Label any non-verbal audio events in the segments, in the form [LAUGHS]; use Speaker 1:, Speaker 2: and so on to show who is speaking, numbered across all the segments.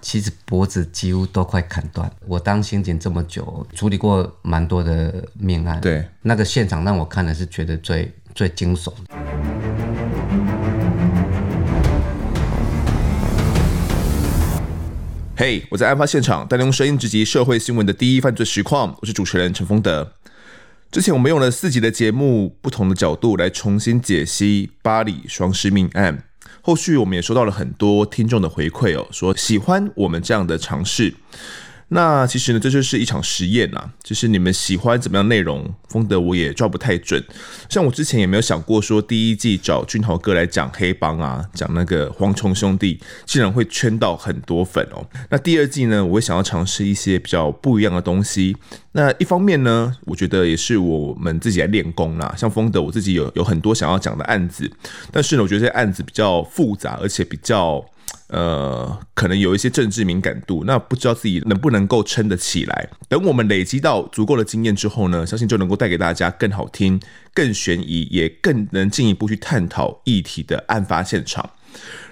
Speaker 1: 其实脖子几乎都快砍断。我当刑警这么久，处理过蛮多的命案，
Speaker 2: 对，
Speaker 1: 那个现场让我看的是觉得最最惊悚。
Speaker 2: 嘿我在案发现场，带您用声音直击社会新闻的第一犯罪实况。我是主持人陈丰德。之前我们用了四集的节目，不同的角度来重新解析巴黎双尸命案。后续我们也收到了很多听众的回馈哦，说喜欢我们这样的尝试。那其实呢，这就是一场实验啦，就是你们喜欢怎么样内容，风德我也抓不太准。像我之前也没有想过说，第一季找俊豪哥来讲黑帮啊，讲那个蝗虫兄弟，竟然会圈到很多粉哦。那第二季呢，我会想要尝试一些比较不一样的东西。那一方面呢，我觉得也是我们自己来练功啦。像风德，我自己有有很多想要讲的案子，但是呢，我觉得这些案子比较复杂，而且比较。呃，可能有一些政治敏感度，那不知道自己能不能够撑得起来。等我们累积到足够的经验之后呢，相信就能够带给大家更好听、更悬疑，也更能进一步去探讨议题的案发现场。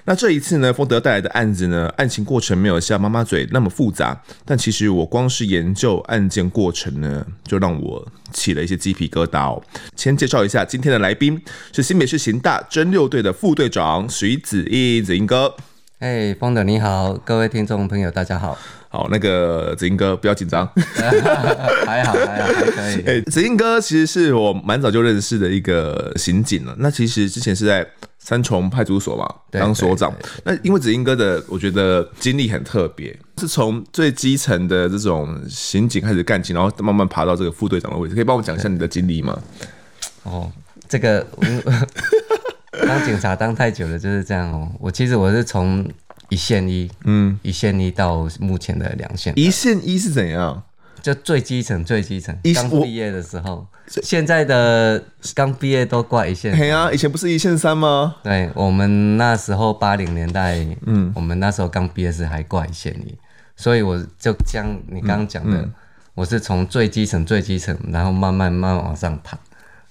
Speaker 2: 那这一次呢，丰德带来的案子呢，案情过程没有像妈妈嘴那么复杂，但其实我光是研究案件过程呢，就让我起了一些鸡皮疙瘩、哦。先介绍一下今天的来宾，是新北市刑大侦六队的副队长徐子英，子英哥。
Speaker 1: 哎，风德你好，各位听众朋友大家好，
Speaker 2: 好，那个子英哥不要紧张。
Speaker 1: [LAUGHS] 还好还好还可以。
Speaker 2: 哎、子英哥其实是我蛮早就认识的一个刑警了。那其实之前是在三重派出所嘛，
Speaker 1: 对
Speaker 2: 当所长
Speaker 1: 对。
Speaker 2: 那因为子英哥的，我觉得经历很特别，是从最基层的这种刑警开始干起，然后慢慢爬到这个副队长的位置。可以帮我讲一下你的经历吗？
Speaker 1: 哦，这个嗯当警察当太久了就是这样哦。我其实我是从一线一，嗯，一线一到目前的两线，
Speaker 2: 一线一是怎样？
Speaker 1: 就最基层最基层
Speaker 2: 一，
Speaker 1: 刚
Speaker 2: 我
Speaker 1: 毕业的时候，现在的刚毕业都挂一线。
Speaker 2: 嘿啊，以前不是一线三吗？
Speaker 1: 对我们那时候八零年代，嗯，我们那时候刚毕业时还挂一线一，所以我就像你刚刚讲的，我是从最基层最基层，然后慢慢慢慢往上爬。啊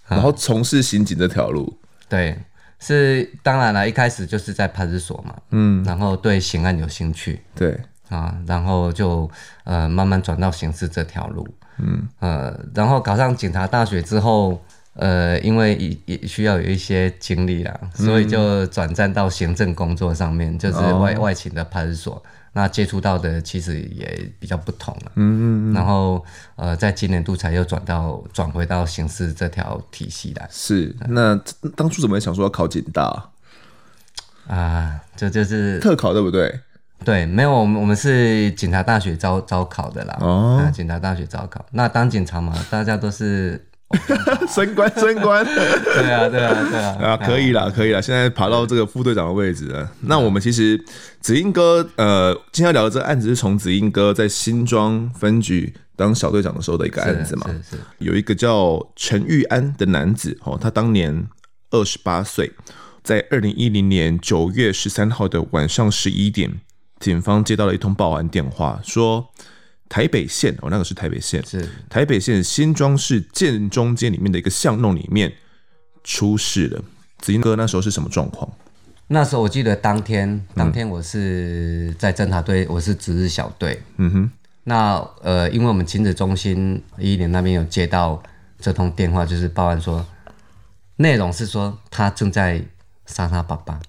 Speaker 2: 然后从事刑警这条路，
Speaker 1: 对，是当然了，一开始就是在派出所嘛，嗯，然后对刑案有兴趣
Speaker 2: 对，
Speaker 1: 啊，然后就呃慢慢转到刑事这条路，嗯，呃，然后考上警察大学之后。呃，因为也也需要有一些经历啦，所以就转战到行政工作上面，就是外、外勤的派出所，那接触到的其实也比较不同了。嗯嗯然后呃，在今年度才又转到转回到刑事这条体系来。
Speaker 2: 是。那当初怎么会想说要考警大
Speaker 1: 啊，这就是
Speaker 2: 特考，对不对？ [LAUGHS]
Speaker 1: 对，没有我们我们是警察大学招招考的啦，
Speaker 2: 哦
Speaker 1: 啊，警察大学招考，那当警察嘛，大家都是，
Speaker 2: 升官，升官。
Speaker 1: 对啊，对啊，对啊，
Speaker 2: 啊，可以啦，可以啦，现在爬到这个副队长的位置了。那我们其实子英哥，呃，今天要聊的这个案子是从子英哥在新庄分局当小队长的时候的一个 [LAUGHS] 案子嘛。
Speaker 1: 是是，
Speaker 2: 有一个叫陈玉安的男子，哦，他当年二十八岁，在二零一零年九月十三号的晚上十一点，警方接到了一通报案电话，说台北县，哦，那个是台北县，
Speaker 1: 是
Speaker 2: 台北县新庄市建中街里面的一个巷弄里面出事了。子英哥那时候是什么状况？
Speaker 1: 那时候我记得当天，当天我是在侦查队，我是值日小队。嗯哼。那呃，因为我们亲子中心一零那边有接到这通电话，就是报案说，内容是说他正在杀他爸爸。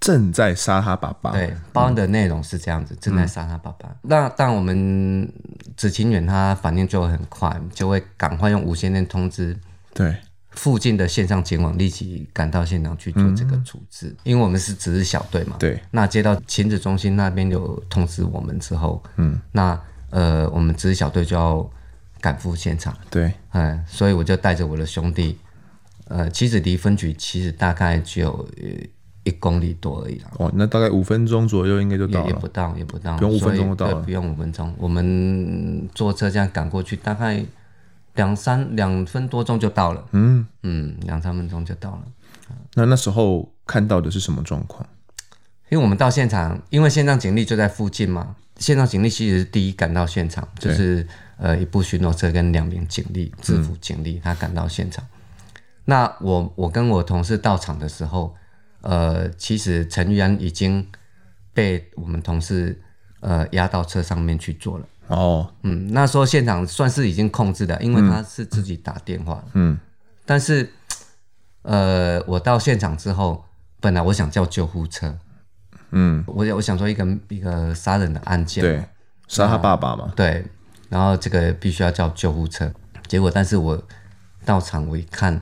Speaker 2: 正在杀他爸爸。，
Speaker 1: 对，报案的内容是这样子，正在杀他爸爸。那但我们执勤员他反应就会很快，就会赶快用无线电通知
Speaker 2: 对，
Speaker 1: 附近的线上警网立即赶到现场去做这个处置，因为我们是只是小队嘛。
Speaker 2: 对。
Speaker 1: 那接到亲子中心那边有通知我们之后，嗯，那呃，我们值日小队就要赶赴现场，
Speaker 2: 对，
Speaker 1: 嗯，所以我就带着我的兄弟，呃，其实离分局其实大概只有呃一公里多而已啦。
Speaker 2: 哦，那大概五分钟左右应该就
Speaker 1: 也
Speaker 2: 到
Speaker 1: 也
Speaker 2: 了
Speaker 1: 不。到，也不到，
Speaker 2: 不用五分钟就到
Speaker 1: 所以
Speaker 2: 了
Speaker 1: 对，不用五分钟。我们坐车这样赶过去，大概两三两分多钟就到了。嗯嗯，两三分钟就到了。
Speaker 2: 那那时候看到的是什么状况？
Speaker 1: 因为我们到现场，因为现场警力就在附近嘛，现场警力其实是第一赶到现场，就是呃一部巡逻车跟两名警力制
Speaker 2: 嗯
Speaker 1: 服警力，他赶到现场。那我我跟我同事到场的时候，呃，其实陈玉安已经被我们同事呃压到车上面去做了。
Speaker 2: 哦，
Speaker 1: 嗯，那时候现场算是已经控制了，因为他是自己打电话。
Speaker 2: 嗯，
Speaker 1: 但是，呃，我到现场之后，本来我想叫救护车，
Speaker 2: 嗯，
Speaker 1: 我我想说一个一个杀人的案件，
Speaker 2: 对，杀他爸爸嘛，
Speaker 1: 对，然后这个必须要叫救护车。结果，但是我到场我一看，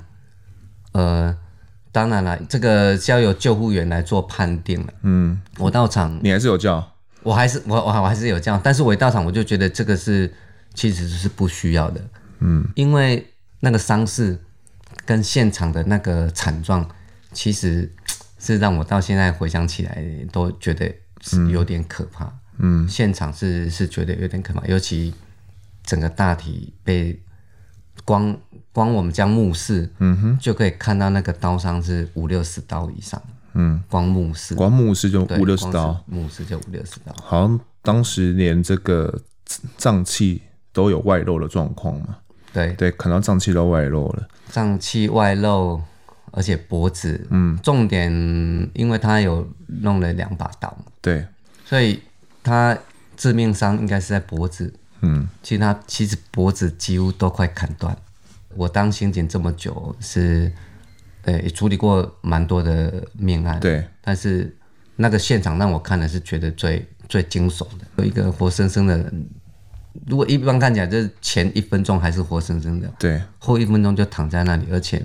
Speaker 1: 呃，当然了，这个交由救护员来做判定了。
Speaker 2: 嗯，
Speaker 1: 我到场，
Speaker 2: 你还是有叫，
Speaker 1: 我还是我我我还是有这样，但是我一到场我就觉得这个是其实是不需要的，嗯，因为那个伤势跟现场的那个惨状，其实是让我到现在回想起来都觉得是有点可怕，嗯，现场是是觉得有点可怕，尤其整个大体被光光我们这样目视，嗯哼，就可以看到那个刀伤是五六十刀以上，嗯，光目视。
Speaker 2: 光牧师就
Speaker 1: 对
Speaker 2: 五六十
Speaker 1: 光是
Speaker 2: 刀，
Speaker 1: 目视就五六十刀，
Speaker 2: 好像当时连这个脏器都有外露的状况嘛，
Speaker 1: 对，
Speaker 2: 对，可能脏器都外露了，
Speaker 1: 脏器外露，而且脖子，嗯，重点因为他有弄了两把刀，
Speaker 2: 对，
Speaker 1: 所以他致命伤应该是在脖子。
Speaker 2: 嗯，
Speaker 1: 其实他其实脖子几乎都快砍断。我当刑警这么久，是呃也处理过蛮多的命案，，
Speaker 2: 对，
Speaker 1: 但是那个现场让我看的是觉得最最惊悚的，有一个活生生的。如果一般看起来，就是前一分钟还是活生生的，
Speaker 2: 对，
Speaker 1: 后一分钟就躺在那里，而且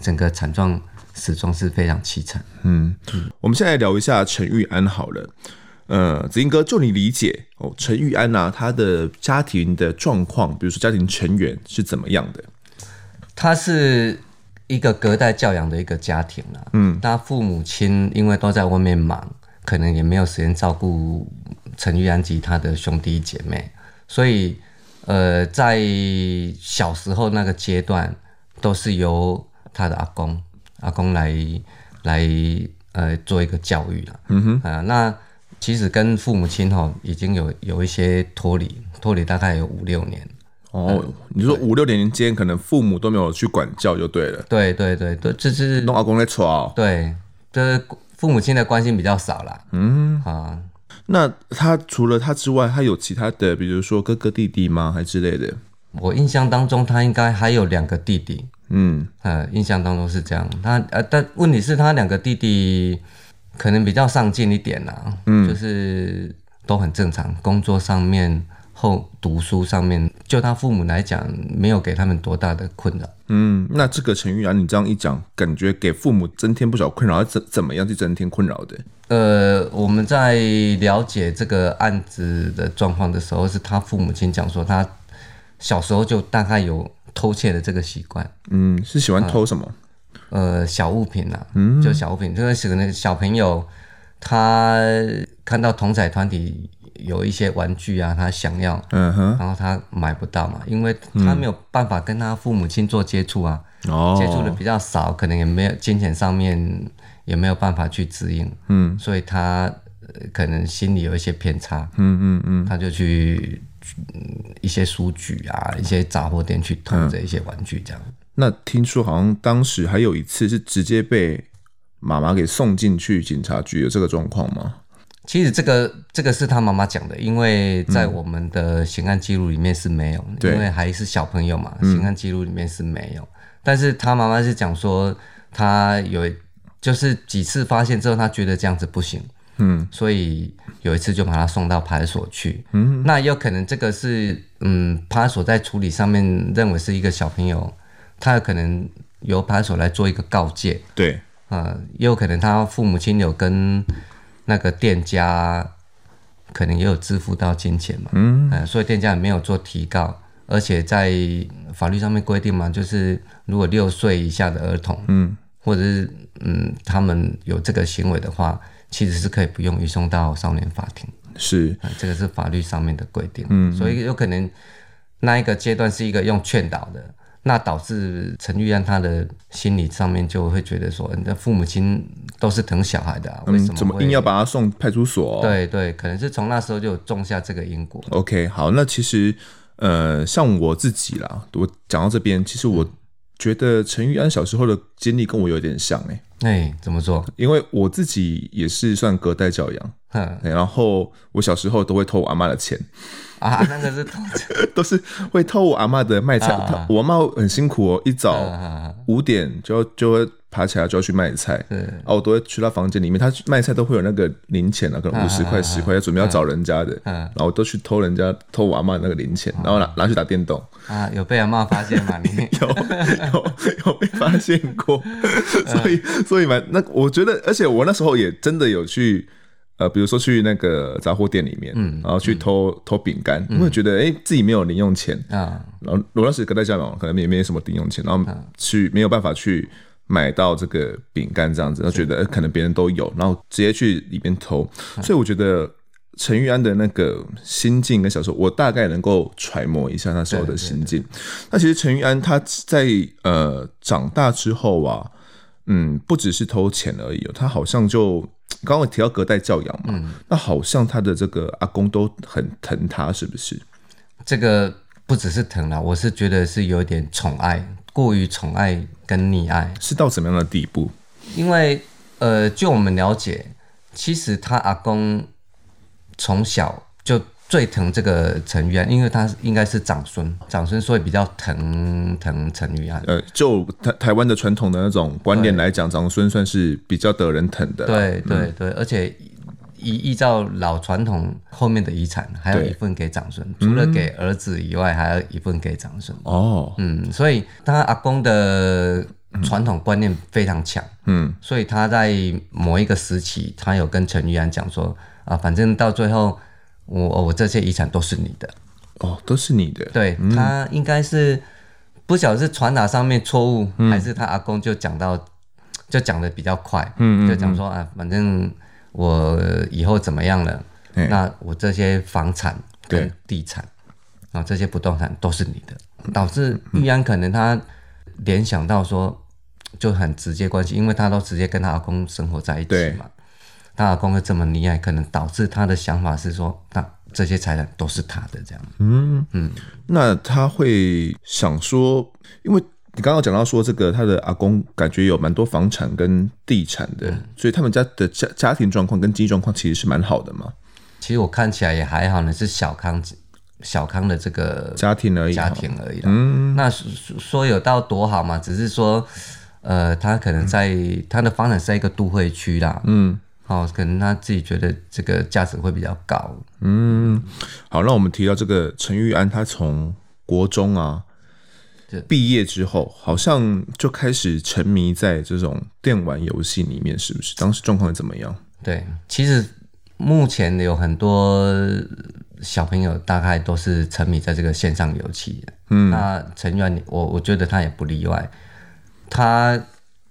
Speaker 1: 整个惨状始终是非常凄惨。
Speaker 2: 我们现在聊一下陈玉安好了。呃，子英哥，就你理解哦，陈玉安呐、他的家庭的状况，比如说家庭成员是怎么样的？
Speaker 1: 他是一个隔代教养的一个家庭啦，嗯，他父母亲因为都在外面忙，可能也没有时间照顾陈玉安及他的兄弟姐妹，所以呃，在小时候那个阶段，都是由他的阿公阿公来来呃做一个教育啦，嗯哼，啊、那其实跟父母亲吼已经有有一些脱离，脱离大概有五六年，
Speaker 2: 哦，
Speaker 1: 嗯
Speaker 2: 你说五六年间，可能父母都没有去管教就对了，
Speaker 1: 对对对对，这是
Speaker 2: 弄阿公在吵、哦。
Speaker 1: 对，就是父母亲的关心比较少啦。嗯啊，
Speaker 2: 那他除了他之外，他有其他的，比如说哥哥弟弟吗？还之类的？
Speaker 1: 我印象当中他应该还有两个弟弟，
Speaker 2: 嗯，
Speaker 1: 呃，印象当中是这样。他呃，但问题是，他两个弟弟可能比较上进一点啦，嗯，就是都很正常，工作上面后读书上面，就他父母来讲，没有给他们多大的困扰。
Speaker 2: 嗯，那这个陈玉安，你这样一讲，感觉给父母增添不少困扰，他怎怎么样去增添困扰的？
Speaker 1: 呃，我们在了解这个案子的状况的时候，是他父母亲讲说，他小时候就大概有偷窃的这个习惯，
Speaker 2: 嗯，是喜欢
Speaker 1: 啊
Speaker 2: 偷什么？
Speaker 1: 呃，小物品啊，就小物品，就是可能小朋友他看到同仔团体有一些玩具啊，他想要，
Speaker 2: 嗯哼，
Speaker 1: 然后他买不到嘛，因为他没有办法跟他父母亲做接触啊，
Speaker 2: 哦，
Speaker 1: 接触的比较少，可能也没有金钱上面也没有办法去指引，
Speaker 2: 嗯，
Speaker 1: 所以他、呃可能心里有一些偏差，
Speaker 2: 嗯嗯嗯。
Speaker 1: 他就去嗯一些书局啊、一些杂货店去偷
Speaker 2: 嗯
Speaker 1: 这一些玩具这样。
Speaker 2: 那听说好像当时还有一次是直接被妈妈给送进去警察局，有这个状况吗？
Speaker 1: 其实这个这个是他妈妈讲的，因为在我们的刑案记录里面是没有，
Speaker 2: 嗯对嗯
Speaker 1: 因为还是小朋友嘛，刑案记录里面是没有。但是他妈妈是讲说，他有就是几次发现之后，他觉得这样子不行，
Speaker 2: 嗯，
Speaker 1: 所以有一次就把他送到派出所去。嗯，那有可能这个是嗯，派出所在处理上面认为是一个小朋友，他有可能由派出所来做一个告诫，
Speaker 2: 对，
Speaker 1: 啊、也有可能他父母亲有跟那个店家，可能也有支付到金钱嘛，嗯、所以店家也没有做提告，而且在法律上面规定嘛，就是如果六岁以下的儿童，嗯，或者是嗯他们有这个行为的话，其实是可以不用移送到少年法庭。
Speaker 2: 是，
Speaker 1: 啊，这个是法律上面的规定，嗯，所以有可能那一个阶段是一个用劝导的，那导致陈玉安他的心理上面就会觉得说，呃你的父母亲都是疼小孩的、啊，为什
Speaker 2: 嗯
Speaker 1: 么，
Speaker 2: 怎么
Speaker 1: 会
Speaker 2: 硬要把他送派出所、哦？
Speaker 1: 对对，可能是从那时候就有种下这个因果，
Speaker 2: OK，好，那其实呃，像我自己
Speaker 1: 嗯
Speaker 2: 啦，我讲到这边，其实我觉得陈玉安小时候的经历跟我有点像哎、欸
Speaker 1: 哎、怎么做？
Speaker 2: 因为我自己也是算隔代教养，
Speaker 1: 哼
Speaker 2: 哎然后我小时候都会偷我阿妈的钱， [LAUGHS]
Speaker 1: 啊，那个是偷窃
Speaker 2: 都是会偷我阿妈的卖菜。
Speaker 1: 啊
Speaker 2: 我阿妈很辛苦哦，一早
Speaker 1: [LAUGHS] 啊，
Speaker 2: 五点就要就会爬起来就要去卖菜，
Speaker 1: 是
Speaker 2: 啊，我都会去她房间里面，她卖菜都会有那个零钱啊，可啊能五十块、十块，要准备要找人家的，然后我都去偷人家偷我阿妈那个零钱，然后拿拿去打电 [LAUGHS] 动，
Speaker 1: 啊，有被阿妈发现吗？你
Speaker 2: 有有有被发现过，所以所以嘛，那我觉得，而且我那时候也真的有去，呃，比如说去那个杂货店里面，然后去偷、偷饼干，因为觉得哎、诶自己没有零用钱，
Speaker 1: 啊，
Speaker 2: 然后我那时隔代教养，可能也没什么零用钱，然后去没有办法去买到这个饼干这样子，然后觉得呃可能别人都有，然后直接去里面偷，所以我觉得。陈玉安的那个心境跟小说，我大概能够揣摩一下那时候的心境。那其实陈玉安他在呃长大之后啊，嗯，不只是偷钱而已哦，他好像就刚刚我提到隔代教养嘛，那好像他的这个阿公都很疼他，是不是？
Speaker 1: 这个不只是疼啦，我是觉得是有一点宠爱，过于宠爱跟溺爱，
Speaker 2: 是到什么样的地步？
Speaker 1: 因为呃，就我们了解，其实他阿公从小就最疼这个陈玉安，因为他应该是长孙，长孙所以比较疼疼陈玉安。
Speaker 2: 呃，就台台湾的传统的那种观念来讲，长孙算是比较得人疼的。，
Speaker 1: 对对
Speaker 2: 嗯
Speaker 1: 对，而且依依照老传统，后面的遗产还有
Speaker 2: 对
Speaker 1: 一份给长孙，除了给儿子以外，还有一份给长孙。
Speaker 2: 哦，
Speaker 1: 嗯，所以他阿公的传统观念非常强，
Speaker 2: 嗯，
Speaker 1: 所以他在某一个时期，他有跟陈玉安讲说啊，反正到最后，我我这些遗产都是你的。
Speaker 2: 哦，都是你的。
Speaker 1: 对他应该是不晓得是传达上面错误，
Speaker 2: 嗯
Speaker 1: 还是他阿公就讲到就讲的比较快，
Speaker 2: 嗯
Speaker 1: 就讲说啊，反正我以后怎么样了，
Speaker 2: 嘿
Speaker 1: 那我这些房产
Speaker 2: 对
Speaker 1: 跟地产啊这些不动产都是你
Speaker 2: 嗯
Speaker 1: 的，导致玉安可能他联想到说就很直接关系，因为他都直接跟他阿公生活在一起
Speaker 2: 对
Speaker 1: 嘛。他阿公会这么溺爱，可能导致他的想法是说，那这些财产都是他的这样。
Speaker 2: 那他会想说，因为你刚刚讲到说这个他的阿公感觉有蛮多房产跟地产的，
Speaker 1: 嗯
Speaker 2: 所以他们家的家家庭状况跟经济状况其实是蛮好的嘛，
Speaker 1: 其实我看起来也还好呢，是小康小康的这个
Speaker 2: 家庭而已
Speaker 1: 嗯
Speaker 2: 哈。
Speaker 1: 家庭而已啦。嗯，那说说有到多好嘛？只是说，呃，他可能在、他的房产是在一个都会区啦。嗯，哦，可能他自己觉得这个价值会比较高。
Speaker 2: 好，那我们提到这个陈玉安，他从国中啊
Speaker 1: 对
Speaker 2: 毕业之后，好像就开始沉迷在这种电玩游戏里面，是不是？当时状况怎么样？
Speaker 1: 对，其实目前有很多小朋友大概都是沉迷在这个线上游戏的。嗯，那陈远，你我我觉得他也不例外，他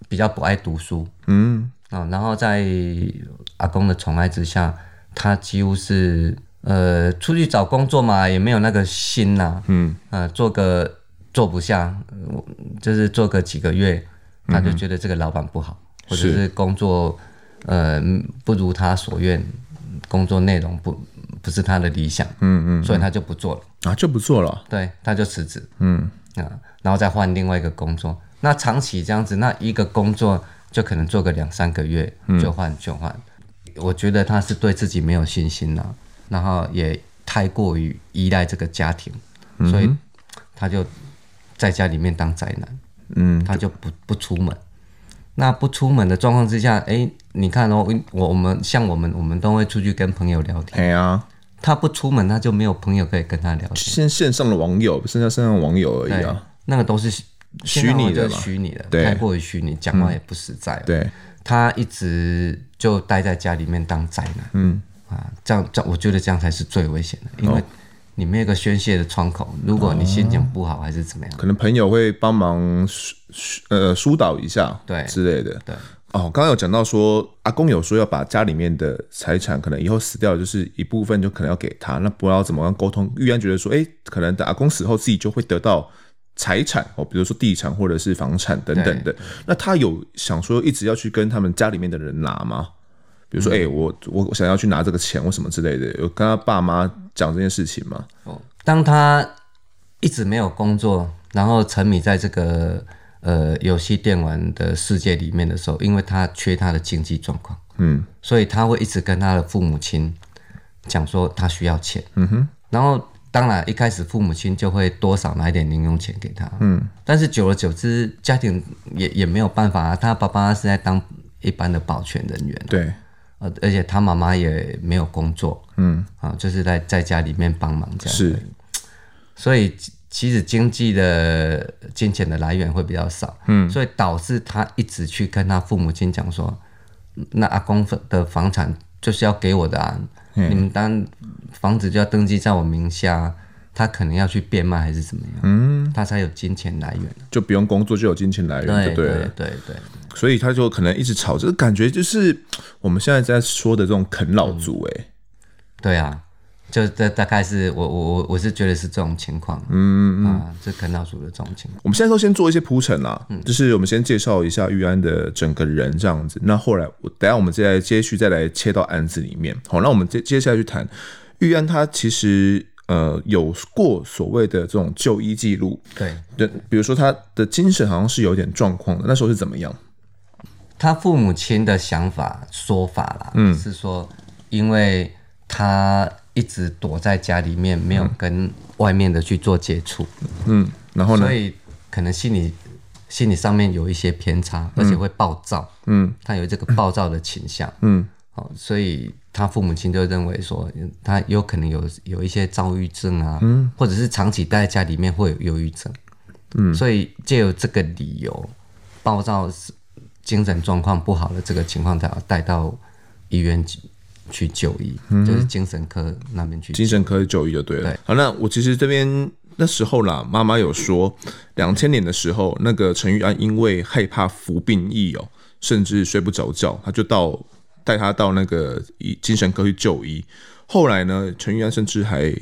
Speaker 1: 比较不爱读书。
Speaker 2: 嗯，
Speaker 1: 啊、然后在阿公的宠爱之下，他几乎是呃出去找工作嘛，也没有那个心呐、嗯，呃，做个做不下，呃我就是做个几个月，他就觉得这个老板不好，或者嗯
Speaker 2: 是
Speaker 1: 是工作呃不如他所愿，工作内容不不是他的理想，嗯嗯，所以他就不做了。
Speaker 2: 啊，就不做了。
Speaker 1: 对，他就辞职，嗯啊，然后再换另外一个工作。那长期这样子，那一个工作就可能做个两三个月就换就换。我觉得他是对自己没有信心了、然后也太过于依赖这个家庭，所以他就在家里面当宅男，
Speaker 2: 嗯，
Speaker 1: 他就不不出门。那不出门的状况之下，哎，你看哦，我我们像我们，我们都会出去跟朋友聊天。
Speaker 2: 哎呀，
Speaker 1: 他不出门，他就没有朋友可以跟他聊天。
Speaker 2: 现线上的网友，剩下线上网友而已
Speaker 1: 对
Speaker 2: 啊。，
Speaker 1: 那个都是
Speaker 2: 虚拟的
Speaker 1: 现在我觉得虚拟的，
Speaker 2: 对嗯
Speaker 1: 太过于虚拟，讲话也不实在。，
Speaker 2: 对，
Speaker 1: 他一直就待在家里面当宅男，嗯啊，这样这样，我觉得这样才是最危险的，因
Speaker 2: 哦
Speaker 1: 为你没有一个宣泄的窗口，如果你心情不好还是怎么样，
Speaker 2: 可能朋友会帮忙疏疏呃疏导一下，
Speaker 1: 对
Speaker 2: 之类的。
Speaker 1: 对
Speaker 2: 哦，刚刚有讲到说，阿公有说要把家里面的财产，可能以后死掉，就是一部分就可能要给他。那不知道怎么样沟通。玉安觉得说，哎、可能等阿公死后，自己就会得到财产哦，比如说地产或者是房产等等的。那他有想说，一直要去跟他们家里面的人拿吗？比如说，哎、
Speaker 1: 嗯
Speaker 2: 我我我想要去拿这个钱，或什么之类的，有跟他爸妈讲这件事情吗？
Speaker 1: 哦当他一直没有工作，然后沉迷在这个呃游戏电玩的世界里面的时候，因为他缺他的经济状况，嗯，所以他会一直跟他的父母亲讲说他需要钱，嗯哼，然后当然一开始父母亲就会多少拿一点零用钱给他，嗯，但是久而久之，家庭也也没有办法、啊，他爸爸是在当一般的保全人员、啊，
Speaker 2: 对，
Speaker 1: 呃，而且他妈妈也没有工作，嗯，啊，就是在在家里面帮忙这样，
Speaker 2: 是，
Speaker 1: 所以其其实经济的金钱的来源会比较少，嗯，所以导致他一直去跟他父母亲讲说，那阿公的房产就是要给我的啊，你们当房子就要登记在我名下啊，他可能要去变卖还是怎么样，嗯，他才有金钱来源，
Speaker 2: 就不用工作就有金钱来源，
Speaker 1: 对
Speaker 2: 就对
Speaker 1: 对
Speaker 2: 了。
Speaker 1: 对对，
Speaker 2: 所以他就可能一直吵，这个感觉就是我们现在在说的这种啃老族、欸，哎、
Speaker 1: 对啊，就这大概是我我我我是觉得是这种情况，嗯嗯啊，这啃老族的这种情况，
Speaker 2: 我们现在都先做一些铺陈啦，就是我们先介绍一下玉安的整个人这样子。那后来我等一下我们再来接续再来切到案子里面，好，那我们接接下来去谈玉安，他其实呃有过所谓的这种就医记录，
Speaker 1: 对。
Speaker 2: 对，比如说他的精神好像是有点状况的，那时候是怎么样？
Speaker 1: 他父母亲的想法说法啦，嗯，是说，因为他一直躲在家里面，没有跟外面的去做接触，
Speaker 2: 嗯，然后呢
Speaker 1: 所？以可能心理心理上面有一些偏差，而且会暴躁，
Speaker 2: 嗯，
Speaker 1: 他有这个暴躁的倾向，
Speaker 2: 嗯，
Speaker 1: 哦，所以他父母亲就认为说，嗯他有可能有有一些躁郁症啊，
Speaker 2: 嗯
Speaker 1: 或者是长期待在家里面会有忧郁症，嗯，所以借由这个理由，暴躁是精神状况不好的这个情况，他要带到医院去去就医，就是精神科那边去
Speaker 2: 嗯精神科就医就对了。好，那我其实这边那时候啦，妈妈有说，两千年的时候，那个陈玉安因为害怕服病役哦，甚至睡不着觉，他就到带他到那个医精神科去就医。后来呢，陈玉安甚至还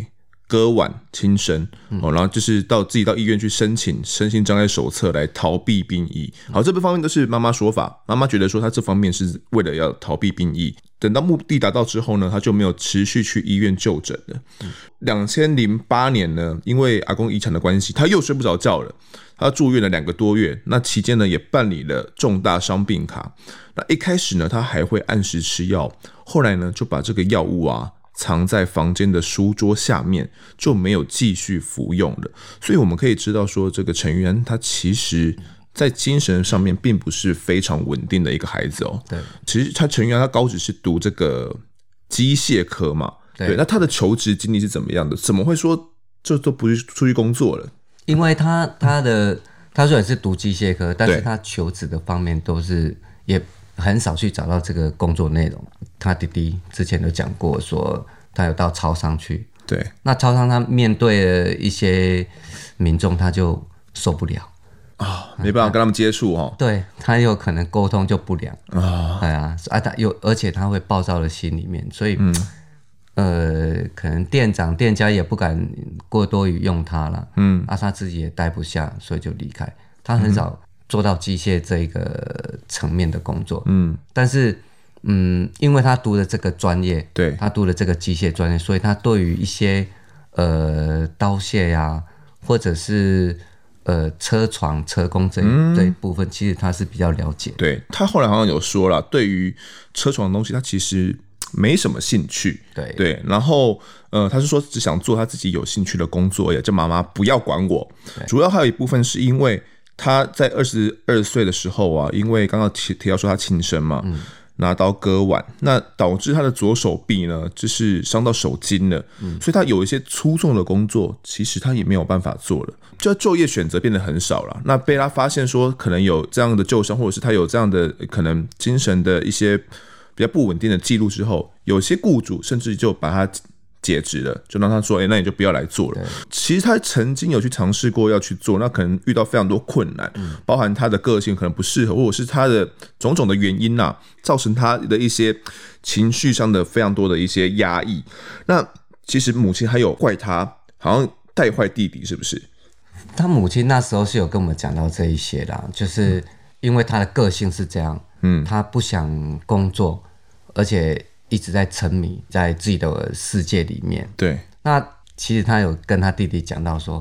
Speaker 2: 割腕轻生哦，然后就是到自己到医院去申请身心障碍手册来逃避兵役。好，这部方面都是妈妈说法，妈妈觉得说她这方面是为了要逃避兵役。等到目的达到之后呢，她就没有持续去医院就诊了。两千零八年呢，因为阿公遗产的关系，她又睡不着觉了，她住院了两个多月。那期间呢，也办理了重大伤病卡。那一开始呢，她还会按时吃药，后来呢，就把这个药物啊藏在房间的书桌下面，就没有继续服用了。所以我们可以知道说，这个陈玉安他其实。在精神上面并不是非常稳定的一个孩子哦。
Speaker 1: 对，
Speaker 2: 其实他陈玉安他高职是读这个机械科嘛，
Speaker 1: 对
Speaker 2: 对，那他的求职经历是怎么样的？怎么会说这都不是出去工作了？
Speaker 1: 因为他他的他虽然是读机械科，但
Speaker 2: 对
Speaker 1: 是他求职的方面都是也很少去找到这个工作内容。他弟弟之前有讲过说，他有到超商去，
Speaker 2: 对，
Speaker 1: 那超商他面对了一些民众，他就受不了，
Speaker 2: 没办法跟他们接触哦。
Speaker 1: 对他有可能沟通就不良啊，哎呀啊，他有而且他会暴躁的心里面，所以。呃，可能店长、店家也不敢过多于用他了，嗯，啊，他自己也待不下，所以就离开。他很少做到机械这一个层面的工作，嗯，但是，嗯，因为他读的这个专业，
Speaker 2: 对
Speaker 1: 他读的这个机械专业，所以他对于一些呃刀械呀、或者是呃车床、车工这一、这一部分，其实他是比较了解的，
Speaker 2: 对他后来好像有说了，对于车床的东西，他其实没什么兴趣。
Speaker 1: 对
Speaker 2: 对，然后呃，他是说只想做他自己有兴趣的工作而已，叫妈妈不要管我。主要还有一部分是因为他在二十二岁的时候啊，因为刚刚提提到说他轻生嘛，拿刀割腕，那导致他的左手臂呢，就是伤到手筋了，所以他有一些粗重的工作，其实他也没有办法做了，就就业选择变得很少了。那被他发现说可能有这样的旧伤，或者是他有这样的呃可能精神的一些比较不稳定的记录之后，有些雇主甚至就把他解职了，就让他说：“哎、那你就不要来做了。”其实他曾经有去尝试过要去做，那可能遇到非常多困难，包含他的个性可能不适合，或者是他的种种的原因呐、啊造成他的一些情绪上的非常多的一些压抑。那其实母亲还有怪他，好像带坏弟弟，是不是？
Speaker 1: 他母亲那时候是有跟我们讲到这一些啦，就是因为他的个性是这样，嗯，他不想工作，而且一直在沉迷在自己的世界里面。
Speaker 2: 对，
Speaker 1: 那其实他有跟他弟弟讲到说，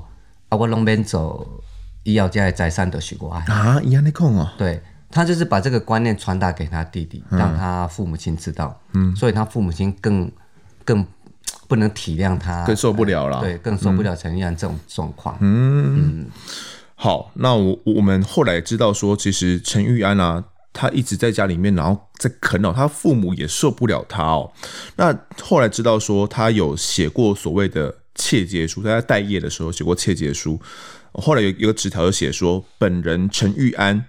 Speaker 1: 啊，我拢边走，医药界在善的许国
Speaker 2: [LAUGHS]
Speaker 1: 安，
Speaker 2: 啊，一样的空哦，
Speaker 1: 对他就是把这个观念传达给他弟弟，
Speaker 2: 嗯
Speaker 1: 让他父母亲知道，嗯，所以他父母亲更更不能体谅他，
Speaker 2: 更受不了嗯了。
Speaker 1: 啊对，更受不了陈玉兰这种状况，
Speaker 2: 嗯好，那我我们后来知道说，其实陈玉安啊，他一直在家里面，然后在啃老，他父母也受不了他哦。那后来知道说，他有写过所谓的窃结书，他在待业的时候写过窃结书。后来有有个纸条就写说，本人陈玉安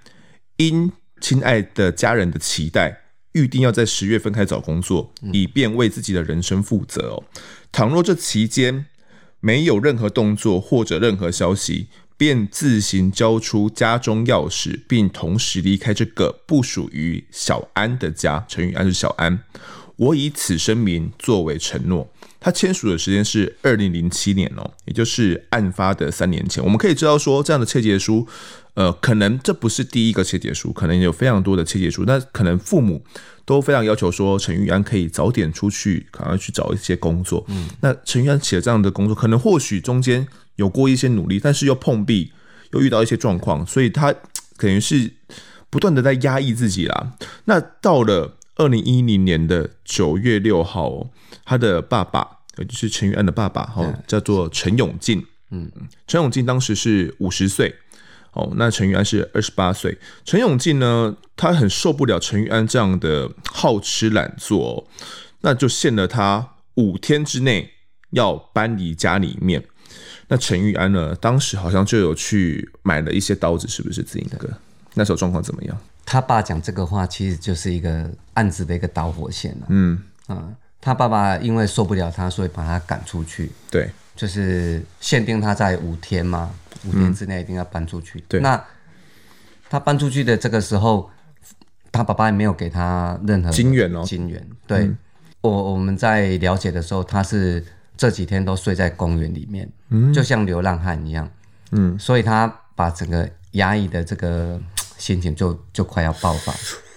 Speaker 2: 因亲爱的家人的期待，预定要在十月份开始找工作，以便为自己的人生负责哦。倘若这期间没有任何动作或者任何消息，便自行交出家中钥匙，并同时离开这个不属于小安的家。陈宇安是小安，我以此声明作为承诺。他签署的时间是二零零七年哦，也就是案发的三年前。我们可以知道说，这样的窃结书，呃，可能这不是第一个窃结书，可能有非常多的窃结书。那可能父母都非常要求说，陈玉安可以早点出去，赶快去找一些工作。嗯，那陈玉安写这样的工作，可能或许中间有过一些努力，但是又碰壁，呃又遇到一些状况，所以他等于是不断的在压抑自己啦。那到了二零一零年的九月六号、哦，他的爸爸，也就是陈玉安的爸爸，哦，叫做陈永进。嗯，陈永进当时是五十岁，哦，那陈玉安是二十八岁。陈永进呢，他很受不了陈玉安这样的好吃懒做、哦，那就限了他五天之内要搬离家里面。那陈玉安呢，当时好像就有去买了一些刀子，是不是子英哥？那时候状况怎么样？
Speaker 1: 他爸讲这个话，其实就是一个案子的一个导火线了、嗯嗯，他爸爸因为受不了他，所以把他赶出去，
Speaker 2: 对，
Speaker 1: 就是限定他在五天嘛，五天之内一定要搬出去。
Speaker 2: 嗯对
Speaker 1: 那他搬出去的这个时候，他爸爸也没有给他任何
Speaker 2: 金元哦
Speaker 1: 金元。对，我我们在了解的时候，他是这几天都睡在公园里面，
Speaker 2: 嗯
Speaker 1: 就像流浪汉一样，嗯，所以他把整个压抑的这个心情就就快要爆发。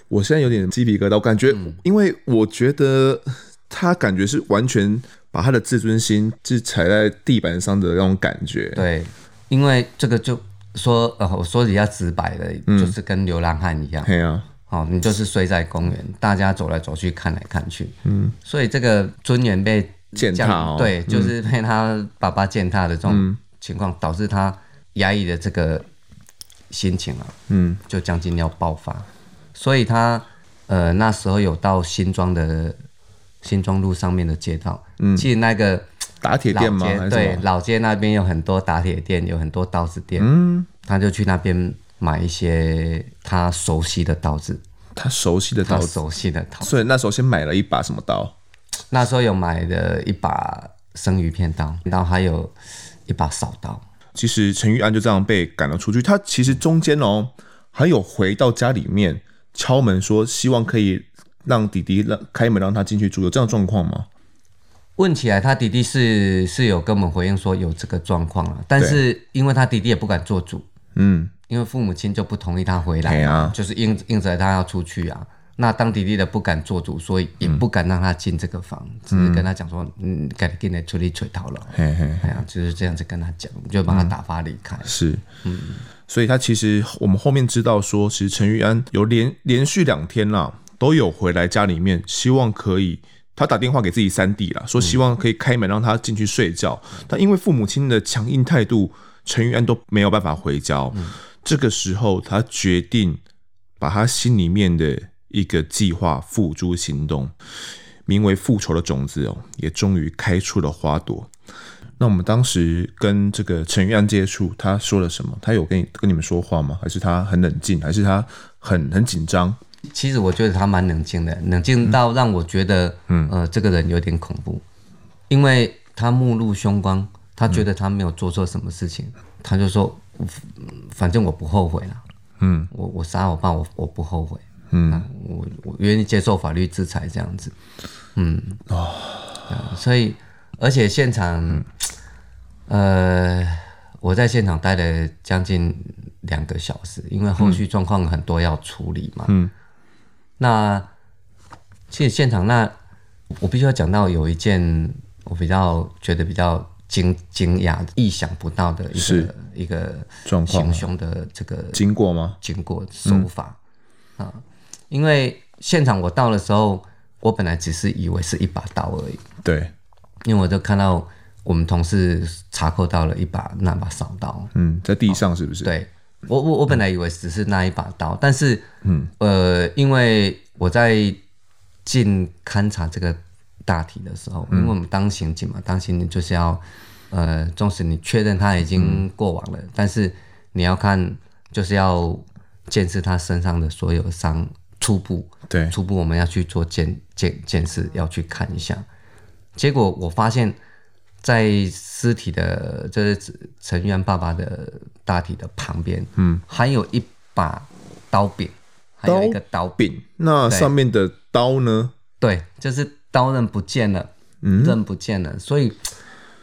Speaker 2: 我现在有点鸡皮疙瘩，我感觉，因为我觉得他感觉是完全把他的自尊心是踩在地板上的那种感觉。
Speaker 1: 对，因为这个就说呃，我说比较直白的，
Speaker 2: 嗯
Speaker 1: 就是跟流浪汉一样，
Speaker 2: 对啊，
Speaker 1: 哦，你就是睡在公园，大家走来走去，看来看去，嗯，所以这个尊严被
Speaker 2: 践
Speaker 1: 降
Speaker 2: 踏哦
Speaker 1: 对，就是被他爸爸践踏的这种情况，导致他压抑的这个心情啊，嗯，就将近要爆发，所以他呃那时候有到新庄的新庄路上面的街道，嗯，其实那个。
Speaker 2: 打铁
Speaker 1: 老
Speaker 2: 店吗？还
Speaker 1: 街
Speaker 2: 是
Speaker 1: 对
Speaker 2: 什么？
Speaker 1: 老街那边有很多打铁店，有很多刀子店，嗯，他就去那边买一些他熟悉的刀子，
Speaker 2: 他熟悉的刀
Speaker 1: 他
Speaker 2: 子，
Speaker 1: 熟悉的刀。
Speaker 2: 所以那时候先买了一把什么刀？
Speaker 1: 那时候有买了一把生鱼片刀，然后还有一把扫刀，
Speaker 2: 其实陈玉安就这样被赶了出去。他其实中间哦，还有回到家里面敲门说，希望可以让弟弟让开门让他进去住，有这样的状况吗？
Speaker 1: 问起来，他弟弟是是有跟我们回应说有这个状况了，但是因为他弟弟也不敢做主，
Speaker 2: 嗯，
Speaker 1: 因为父母亲就不同意他回来
Speaker 2: 对
Speaker 1: 嘛，
Speaker 2: 啊
Speaker 1: 就是硬硬着他要出去啊。那当弟弟的不敢做主，所以也不敢让他进这个房，只是跟他讲说，嗯，赶紧来处理锤头了。
Speaker 2: 嘿嘿。嗯
Speaker 1: 哎呀，就是这样子跟他讲，就把他打发离开。
Speaker 2: 是，嗯，所以他其实我们后面知道说，其实陈玉安有连连续两天啦、都有回来家里面，希望可以。他打电话给自己三弟啦，说希望可以开门让他进去睡觉，但因为父母亲的强硬态度，陈玉安都没有办法回家哦、这个时候，他决定把他心里面的一个计划付诸行动，名为复仇的种子哦，也终于开出了花朵。那我们当时跟这个陈玉安接触，他说了什么？他有跟你跟你们说话吗？还是他很冷静？还是他很很紧张？
Speaker 1: 其实我觉得他蛮冷静的，冷静到让我觉得，嗯，呃，这个人有点恐怖，因为他目露凶光，他觉得他没有做错什么事情，他就说，嗯反正我不后悔了，嗯，我我杀我爸，我我不后悔，嗯，我我愿意接受法律制裁这样子，嗯，哦，嗯所以而且现场，呃，我在现场待了将近两个小时，因为后续状况很多要处理嘛。嗯，那其实现场那我必须要讲到有一件我比较觉得比较惊惊讶、意想不到的一
Speaker 2: 是
Speaker 1: 个一个
Speaker 2: 状况
Speaker 1: 行凶的这个
Speaker 2: 经过吗？
Speaker 1: 经过手法啊、因为现场我到的时候，我本来只是以为是一把刀而已，
Speaker 2: 对，
Speaker 1: 因为我就看到我们同事查扣到了一把那把扫刀，
Speaker 2: 嗯，在地上是不是？，
Speaker 1: 对我我我本来以为只是那一把刀，但是嗯呃，因为我在进勘察这个大体的时候，
Speaker 2: 嗯
Speaker 1: 因为我们当刑警嘛，当刑警就是要呃，纵使你确认他已
Speaker 2: 嗯
Speaker 1: 经过往了，但是你要看就是要见识他身上的所有伤，初步
Speaker 2: 对，
Speaker 1: 初步我们要去做检检检视，要去看一下。结果我发现，在尸体的，就是陈元爸爸的大体的旁边，嗯，还有一把刀柄，还有一个刀柄，
Speaker 2: 柄。那上面的刀呢？
Speaker 1: 对，就是刀刃不见了，刃不见了，所以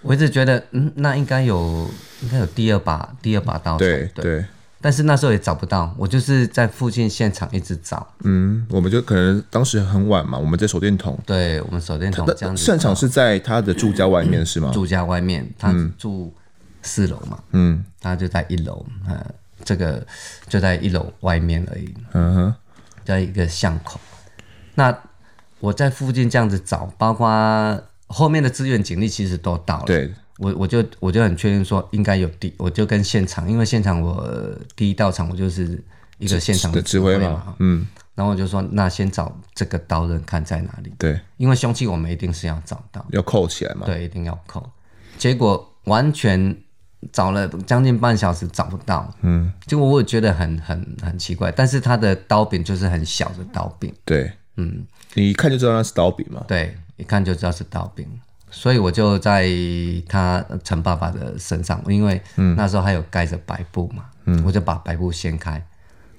Speaker 1: 我一直觉得，嗯，那应该有，应该有第二把，第二把刀，
Speaker 2: 对
Speaker 1: 对。
Speaker 2: 对，
Speaker 1: 但是那时候也找不到，我就是在附近现场一直找，
Speaker 2: 嗯，我们就可能当时很晚嘛，我们在手电筒。
Speaker 1: 对我们手电筒哦这样
Speaker 2: 那
Speaker 1: 子嗯
Speaker 2: 现场是在他的住家外面是吗？
Speaker 1: 住家外面，他住四楼嘛，
Speaker 2: 嗯
Speaker 1: 他就在一楼，呃，这个就在一楼外面而已，
Speaker 2: 嗯哼，
Speaker 1: 在一个巷口。那我在附近这样子找，包括后面的志愿警力其实都到了，
Speaker 2: 对，
Speaker 1: 我我就我就很确定说应该有第，我就跟现场，因为现场我呃第一到场我就是一个现场
Speaker 2: 的指挥
Speaker 1: 嘛，
Speaker 2: 嘛，嗯，
Speaker 1: 然后我就说那先找这个刀刃看在哪里，
Speaker 2: 对，
Speaker 1: 因为凶器我们一定是要找到。
Speaker 2: 要扣起来嘛，
Speaker 1: 对，一定要扣。结果完全找了将近半小时找不到，嗯，结果我也觉得很很很奇怪，但是它的刀柄就是很小的刀柄，
Speaker 2: 对，嗯，你一看就知道那是刀柄嘛，
Speaker 1: 对，一看就知道是刀柄，所以我就在他呃陈爸爸的身上，因为那时候还有盖着白布嘛，嗯，我就把白布掀开，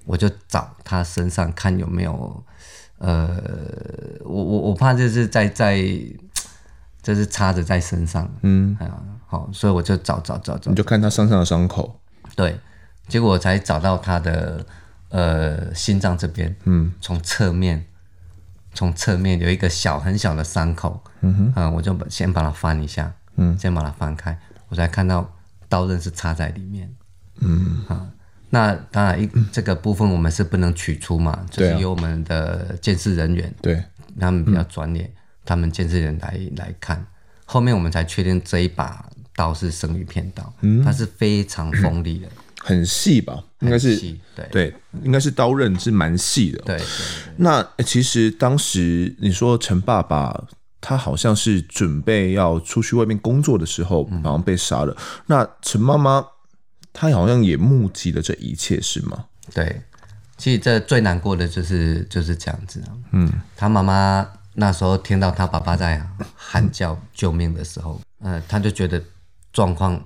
Speaker 1: 我就找他身上看有没有，呃，我我我怕就是在在，就是插着在身上，嗯啊，好，所以我就找找找找
Speaker 2: 你，就看他身上的伤口，
Speaker 1: 对，结果我才找到他的呃心脏这边，嗯，从侧面，从侧面有一个小很小的伤口，嗯哼，啊、我就把先把它翻一下，嗯，先把它翻开，我才看到刀刃是插在里面，嗯，啊、那当然一这个部分我们是不能取出嘛，就
Speaker 2: 对啊
Speaker 1: 是由我们的监视人员，
Speaker 2: 对，
Speaker 1: 他们比较专业，他们监视人来来看。后面我们才确定这一把刀是生鱼片刀，它是非常锋利的，
Speaker 2: 很细吧，应该
Speaker 1: 很
Speaker 2: 是，
Speaker 1: 细对
Speaker 2: 对，应该是刀刃是蛮细的，
Speaker 1: 对对
Speaker 2: 那呃其实当时你说陈爸爸他好像是准备要出去外面工作的时候，
Speaker 1: 嗯
Speaker 2: 好像被杀了。那陈妈妈她好像也目击了这一切，是吗？
Speaker 1: 对。其实这最难过的就是就是这样子、啊、嗯，他妈妈那时候听到他爸爸在喊叫救命的时候，呃，他就觉得状况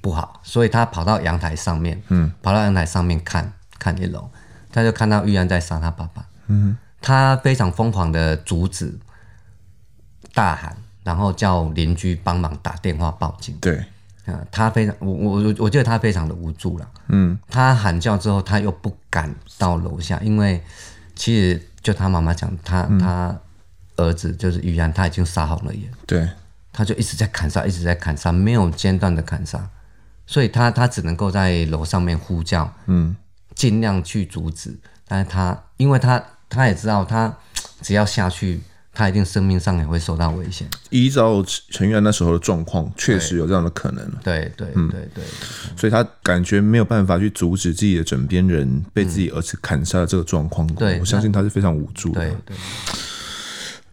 Speaker 1: 不好，所以他跑到阳台上面，嗯，跑到阳台上面看看一楼，他就看到玉安在杀他爸爸，嗯，他非常疯狂的阻止，大喊，然后叫邻居帮忙打电话报警。
Speaker 2: 对，
Speaker 1: 啊，他非常，我我我我觉得他非常的无助了。嗯，他喊叫之后，他又不敢到楼下，因为其实就他妈妈讲，他、他儿子就是于安，他已经杀红了眼，
Speaker 2: 对，
Speaker 1: 他就一直在砍杀，一直在砍杀，没有间断的砍杀，所以他他只能够在楼上面呼叫，嗯，尽量去阻止，但是他因为他他也知道，他只要下去，他一定生命上也会受到危险。
Speaker 2: 依照陈玉安那时候的状况，确实有这样的可能，
Speaker 1: 对对对对，
Speaker 2: 所以他感觉没有办法去阻止自己的枕边人被自己儿子砍杀的这个状况。
Speaker 1: 嗯对
Speaker 2: 我相信他是非常无助的。
Speaker 1: 对对，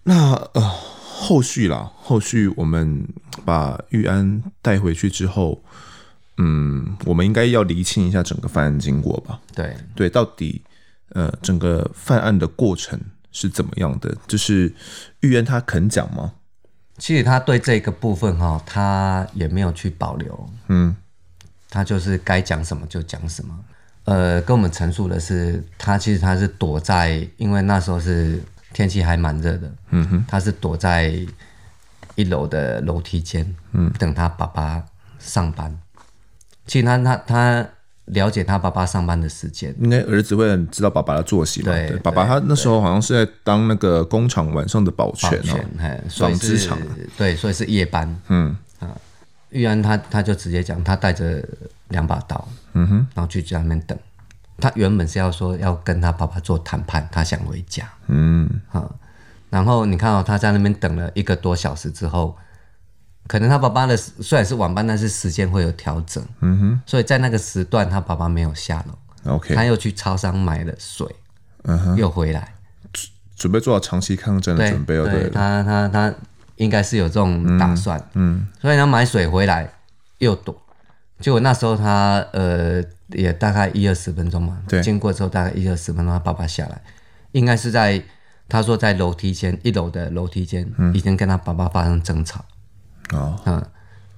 Speaker 2: 那呃，后续啦，后续我们把玉安带回去之后，嗯，我们应该要厘清一下整个犯案经过吧？
Speaker 1: 对，
Speaker 2: 对，到底呃整个犯案的过程是怎么样的？就是玉安他肯讲吗？
Speaker 1: 其实他对这个部分哈、他也没有去保留，
Speaker 2: 嗯，
Speaker 1: 他就是该讲什么就讲什么。呃，跟我们陈述的是，他其实他是躲在，因为那时候是天气还蛮热的，嗯哼，他是躲在一楼的楼梯间，嗯，等他爸爸上班。其实他他他了解他爸爸上班的时间，
Speaker 2: 应该儿子会很知道爸爸的作息吧？
Speaker 1: 对
Speaker 2: 爸爸他那时候好像是在当那个工厂晚上的保全
Speaker 1: 保
Speaker 2: 哦
Speaker 1: 全，，嘿，所以
Speaker 2: 纺织
Speaker 1: 是
Speaker 2: 厂，
Speaker 1: 对，所以是夜班，嗯啊，玉安他他就直接讲，他带着两把刀，
Speaker 2: 嗯哼，
Speaker 1: 然后去家里面等。他原本是要说要跟他爸爸做谈判，他想回家。
Speaker 2: 嗯，
Speaker 1: 啊、然后你看哦，他在那边等了一个多小时之后，可能他爸爸的虽然是晚班，但是时间会有调整，嗯哼，所以在那个时段，他爸爸没有下楼，
Speaker 2: OK，
Speaker 1: 他又去超商买了水，
Speaker 2: 嗯哼，
Speaker 1: 又回来，
Speaker 2: 准备做好长期抗战的
Speaker 1: 对
Speaker 2: 准备哦，对了，
Speaker 1: 他他他应该是有这种打算，
Speaker 2: 嗯
Speaker 1: 所以他买水回来又躲，结果那时候他呃也大概一二十分钟嘛，
Speaker 2: 对
Speaker 1: 经过之后大概一二十分钟，他爸爸下来，应该是在他说在楼梯间一楼的楼梯间、
Speaker 2: 嗯
Speaker 1: 已经跟他爸爸发生争吵，
Speaker 2: 哦，
Speaker 1: 嗯，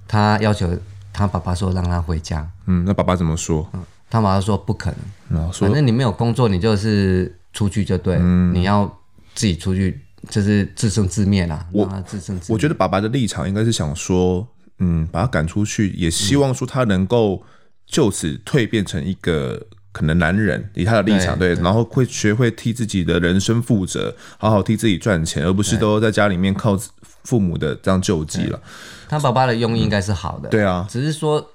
Speaker 1: 他要求他爸爸说让他回家，
Speaker 2: 嗯，那爸爸怎么说？
Speaker 1: 他爸爸说不可能，
Speaker 2: 然后
Speaker 1: 反
Speaker 2: 说，嗯
Speaker 1: 正你没有工作，你就是出去就对了，你要自己出去。就是自生自灭啦，让他自生自灭。
Speaker 2: 我觉得爸爸的立场应该是想说，嗯，把他赶出去，也希望说他能够就此蜕变成一个。可能男人以他的立场对，然后会学会替自己的人生负责，好好替自己赚钱，而不是都在家里面靠父母的这样救济了。
Speaker 1: 他爸爸的用意应该是好的，
Speaker 2: 对啊，
Speaker 1: 只是说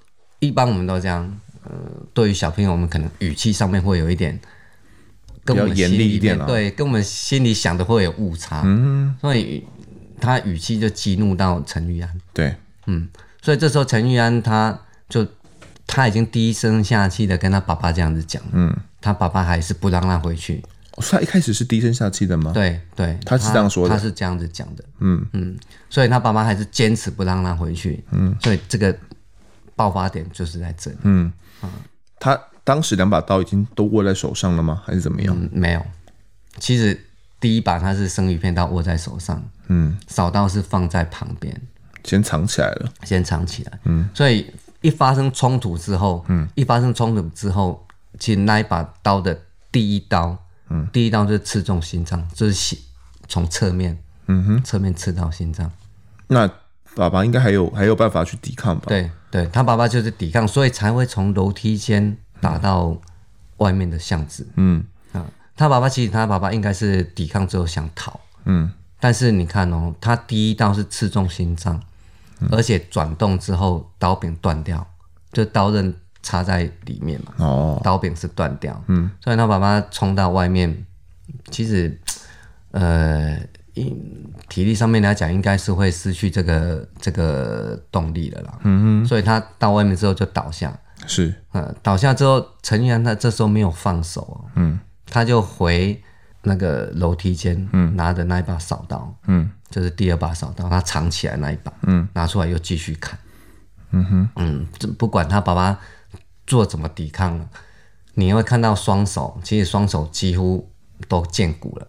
Speaker 1: 一般我们都这样，呃，对于小朋友，我们可能语气上面会有一点，跟我们
Speaker 2: 比较严厉
Speaker 1: 心里
Speaker 2: 一点
Speaker 1: 面
Speaker 2: 啊
Speaker 1: 对，跟我们心里想的会有误差，嗯，所以他语气就激怒到陈玉安，
Speaker 2: 对，
Speaker 1: 嗯，所以这时候陈玉安他就他已经低声下气的跟他爸爸这样子讲，嗯，他爸爸还是不让他回去，
Speaker 2: 哦所以他一开始是低声下气的吗？
Speaker 1: 对对，
Speaker 2: 他是这样说的
Speaker 1: 他是这样子讲的，嗯嗯，所以他爸妈还是坚持不让他回去，嗯，所以这个爆发点就是在这里，嗯，
Speaker 2: 他当时两把刀已经都握在手上了吗？还是怎么样？
Speaker 1: 嗯没有，其实第一把他是生鱼片刀握在手上，
Speaker 2: 嗯，
Speaker 1: 扫刀是放在旁边
Speaker 2: 先藏起来了。
Speaker 1: 先藏起来，嗯，所以一发生冲突之后，嗯，一发生冲突之后，其实那一把刀的第一刀，嗯，第一刀就是刺中心脏，就是血从侧面，嗯哼，侧面刺到心脏。
Speaker 2: 那爸爸应该还有还有办法去抵抗吧？，
Speaker 1: 对对，他爸爸就是抵抗，所以才会从楼梯间打到外面的巷子。
Speaker 2: 嗯
Speaker 1: 啊，他爸爸其实他爸爸应该是抵抗之后想逃，
Speaker 2: 嗯，
Speaker 1: 但是你看哦，他第一刀是刺中心脏，
Speaker 2: 嗯
Speaker 1: 而且转动之后刀柄断掉，就刀刃插在里面嘛，
Speaker 2: 哦，
Speaker 1: 刀柄是断掉。嗯，所以他爸爸冲到外面，其实呃。因体力上面来讲，应该是会失去这个这个动力了啦。嗯嗯，所以他到外面之后就倒下，
Speaker 2: 是，
Speaker 1: 呃，倒下之后，陈玉安他这时候没有放手、哦，嗯，他就回那个楼梯间，嗯，拿着那一把扫刀，
Speaker 2: 嗯，
Speaker 1: 就是第二把扫刀，他藏起来那一把，嗯，拿出来又继续砍，嗯哼，嗯，这不管他爸爸做怎么抵抗了，你会看到双手，其实双手几乎都见骨了，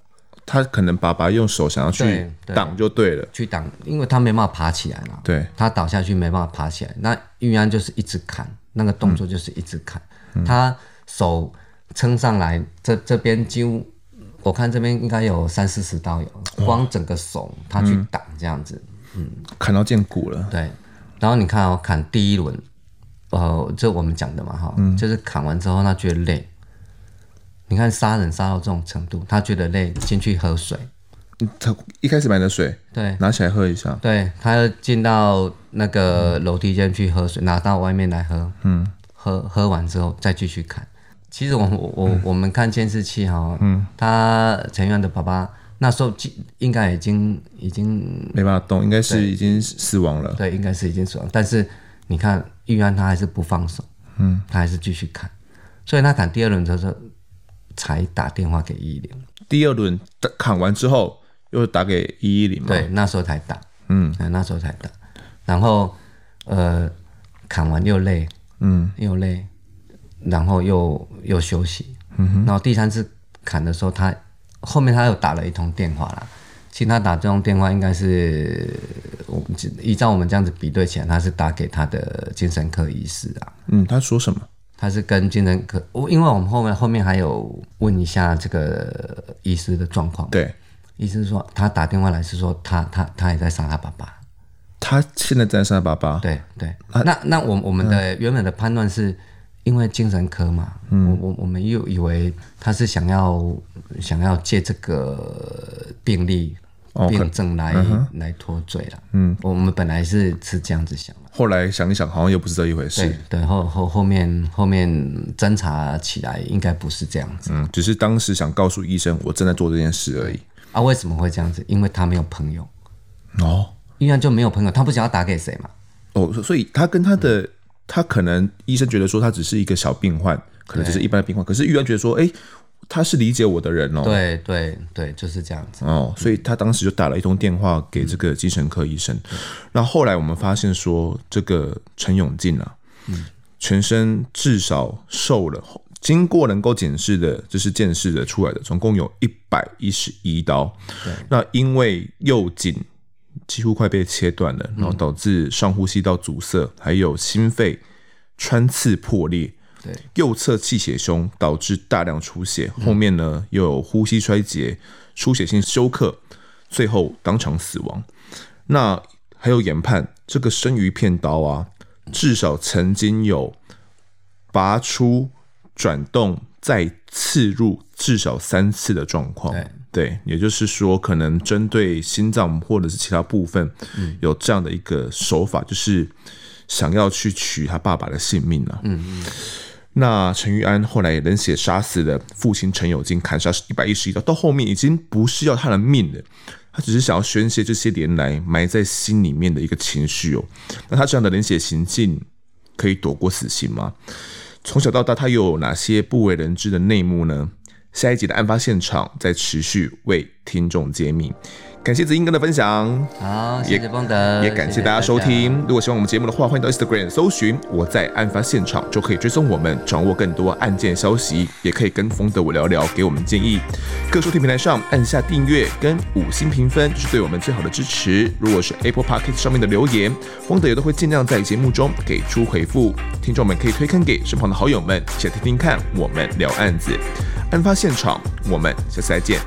Speaker 2: 他可能爸爸用手想要去
Speaker 1: 对对
Speaker 2: 挡就对了。
Speaker 1: 去挡，因为他没办法爬起来嘛，
Speaker 2: 对，
Speaker 1: 他倒下去没办法爬起来，那玉安就是一直砍，那个动作就是一直砍，他手撑上来，这这边几乎我看这边应该有三四十刀有，光整个手他去挡这样子，
Speaker 2: 砍到见骨了。
Speaker 1: 对，然后你看哦，砍第一轮，呃，这我们讲的嘛哈，就是砍完之后他觉得累，你看杀人杀到这种程度，他觉得累，进去喝水，
Speaker 2: 他一开始买的水，
Speaker 1: 对，
Speaker 2: 拿起来喝一下。
Speaker 1: 对，他就进到那个楼梯间去喝水，拿到外面来喝。嗯，喝喝完之后再继续看。其实我我我、我们看监视器哈、嗯，他陈元的爸爸那时候记应该已经已经
Speaker 2: 没办法动，应该是已经死亡了。
Speaker 1: 对，应该是已经死亡，但是你看玉安他还是不放手，嗯，他还是继续看，所以他砍第二轮的时候才打电话给一零，
Speaker 2: 第二轮打砍完之后，又打给一一零嘛。
Speaker 1: 对，那时候才打，
Speaker 2: 哦嗯
Speaker 1: 哎，那时候才打，然后呃，砍完又累，
Speaker 2: 嗯，
Speaker 1: 又累，然后又又休息，
Speaker 2: 嗯
Speaker 1: 然后第三次砍的时候，他后面他又打了一通电话啦。其实他打这通电话应该是，我们依照我们这样子比对起来，他是打给他的精神科医师啊，
Speaker 2: 嗯，他说什么？
Speaker 1: 他是跟精神科，我因为我们后面后面还有问一下这个医师的状况，，
Speaker 2: 对
Speaker 1: 医师说他打电话来是说他他他也在杀他爸爸，
Speaker 2: 他现在在杀爸爸。
Speaker 1: 对对，
Speaker 2: 啊
Speaker 1: 那那我我们
Speaker 2: 嗯
Speaker 1: 的原本的判断是因为精神科嘛，我我我们又以为他是想要想要借这个病例
Speaker 2: 哦可
Speaker 1: 辩证来、来脱罪了。嗯，我们本来是是这样子想的，
Speaker 2: 后来想一想，好像又不是这一回
Speaker 1: 对
Speaker 2: 事。
Speaker 1: 对，后后后面后面侦查起来应该不是这样子、
Speaker 2: 嗯，只是当时想告诉医生，我正在做这件事而已。
Speaker 1: 啊？为什么会这样子？因为他没有朋友，
Speaker 2: 哦
Speaker 1: 依然就没有朋友，他不想要打给谁嘛？
Speaker 2: 哦，所所以他跟他的他可能医生觉得说他只是一个小病患，可能只是一般的病患，可是玉安觉得说，哎、他是理解我的人哦。。
Speaker 1: 对对对，就是这样子。
Speaker 2: 哦，所以他当时就打了一通电话给这个精神科医生。那后来我们发现说，这个陈永进啊，全身至少受了，经过能够检视的，就是见识的出来的，总共有一百一十一刀。那因为右颈几乎快被切断了，然后导致上呼吸道阻塞，还有心肺穿刺破裂。
Speaker 1: 对，
Speaker 2: 右侧气血胸导致大量出血，后面呢又有呼吸衰竭、出血性休克，最后当场死亡。那还有研判，这个生鱼片刀啊，至少曾经有拔出、转动、再刺入至少三次的状况。
Speaker 1: 对
Speaker 2: 对，也就是说，可能针对心脏或者是其他部分，有这样的一个手法，就是想要去取他爸爸的性命啊。嗯嗯。那陈玉安后来也冷血杀死了父亲陈友金，砍杀一百一十一刀，到后面已经不是要他的命了，他只是想要宣泄这些年来埋在心里面的一个情绪哦。那他这样的冷血行径，可以躲过死刑吗？从小到大，他又有哪些不为人知的内幕呢？下一集的案发现场再持续为听众揭秘。感谢子英哥的分享，
Speaker 1: 好，谢
Speaker 2: 也
Speaker 1: 谢邦德，
Speaker 2: 也感谢大家收听。如果喜欢我们节目的话，欢迎到 Instagram 搜寻“我在案发现场”，就可以追踪我们，掌握更多案件消息，也可以跟风的我聊聊，给我们建议。各收听平台上按下订阅跟五星评分，就是对我们最好的支持。如果是 Apple Podcast 上面的留言，风德也都会尽量在节目中给出回复。听众们可以推坑给身旁的好友们，一起来听听看我们聊案子。案发现场，我们下次再见，